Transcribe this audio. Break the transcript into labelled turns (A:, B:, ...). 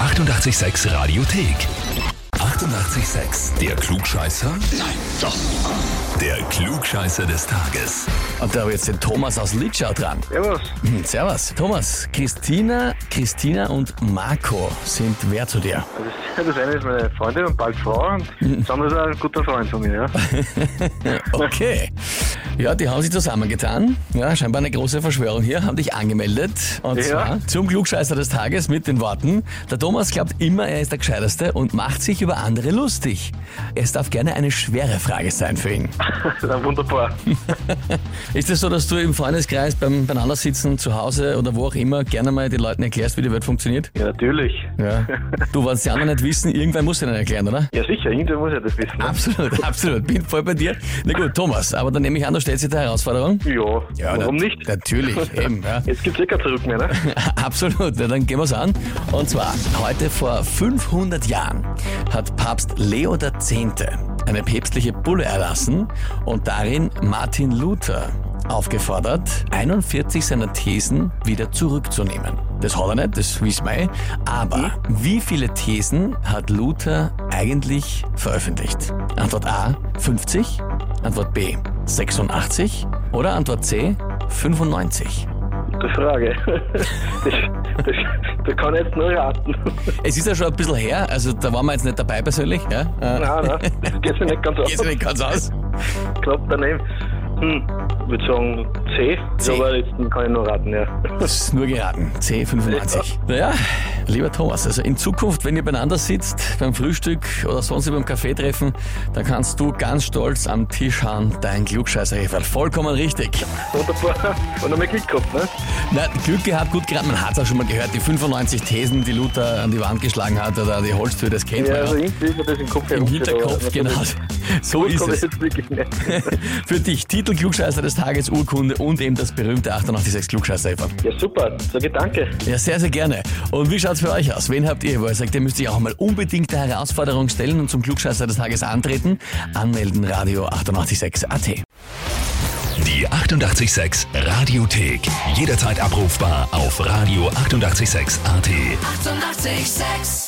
A: 886 Radiothek. 88,6. Der Klugscheißer? Nein, doch. Der Klugscheißer des Tages.
B: Und da habe ich jetzt den Thomas aus Litschau dran.
C: Servus.
B: Hm, Servus. Thomas, Christina, Christina und Marco sind wer zu dir?
C: Das, das eine ist meine Freundin und bald Frau und
B: Mhm.
C: das andere ist ein guter Freund von mir, ja.
B: Okay. Ja, die haben sich zusammengetan. Ja, scheinbar eine große Verschwörung hier, haben dich angemeldet. Und
C: Ja.
B: zwar zum Klugscheißer des Tages mit den Worten, der Thomas glaubt immer, er ist der Gescheiteste und macht sich über andere lustig. Es darf gerne eine schwere Frage sein für ihn.
C: Na, wunderbar.
B: Ist es so, dass du im Freundeskreis beim beieinander sitzen, zu Hause oder wo auch immer gerne mal den Leuten erklärst, wie die Welt funktioniert?
C: Ja, natürlich.
B: Ja. Du, wenn die anderen nicht wissen, irgendwann musst du ihnen erklären, oder?
C: Ja, sicher, irgendwer muss ja das wissen.
B: Ah.
C: ne?
B: Absolut, absolut. Bin voll bei dir. Na gut, Thomas, aber dann nehme ich an, du stellst dir die Herausforderung.
C: Ja, warum
B: nat-
C: nicht?
B: Natürlich, eben. Ja.
C: Jetzt gibt's eh kein Zurück mehr, ne?
B: Absolut, na, dann gehen wir's an. Und zwar, heute vor 500 Jahren hat Papst Leo X. eine päpstliche Bulle erlassen und darin Martin Luther aufgefordert, 41 seiner Thesen wieder zurückzunehmen. Das hat er nicht, das wissen wir eh. Aber wie viele Thesen hat Luther eigentlich veröffentlicht? Antwort A, 50. Antwort B, 86. Oder Antwort C, 95.
C: Gute Frage. Das, das, das kann ich jetzt nur raten.
B: Es ist ja schon ein bisschen her, also da waren wir jetzt nicht dabei persönlich. Ja? Äh,
C: Nein, nein, das geht sich nicht ganz
B: Geht's
C: aus.
B: nicht ganz aus?
C: Knapp daneben. Hm, ich würde sagen C.
B: C.
C: Aber jetzt kann ich nur raten, ja.
B: Das ist nur geraten. C95. Naja, lieber Thomas, also in Zukunft, wenn ihr beieinander sitzt, beim Frühstück oder sonst beim Kaffeetreffen, dann kannst du ganz stolz am Tisch haben, dein klugscheißer Vollkommen richtig.
C: Wunderbar. Und einmal Glück gehabt, ne?
B: Na, Glück gehabt, gut geraten, man hat es auch schon mal gehört, die 95 Thesen, die Luther an die Wand geschlagen hat oder die Holztür, das kennt
C: Ja,
B: man
C: also
B: ja.
C: irgendwie ist mir das im
B: Im
C: Kopf herumgeht, aber
B: Hinterkopf,
C: natürlich-
B: genau. So
C: Das
B: ist
C: kann ich
B: es.
C: jetzt wirklich nicht.
B: Für dich Titel Klugscheißer des Tages, Urkunde und eben das berühmte 886 klugscheißer -Efer.
C: Ja, super. Sage ich danke.
B: Ja, sehr, sehr gerne. Und wie schaut's für euch aus? Wen habt ihr, wo ihr sagt, ihr müsst euch auch mal unbedingt der Herausforderung stellen und zum Klugscheißer des Tages antreten? Anmelden Radio 886 AT.
A: Die 88,6 Radiothek. Jederzeit abrufbar auf radio886.at. 88,6.
D: Eighty-eight, sex.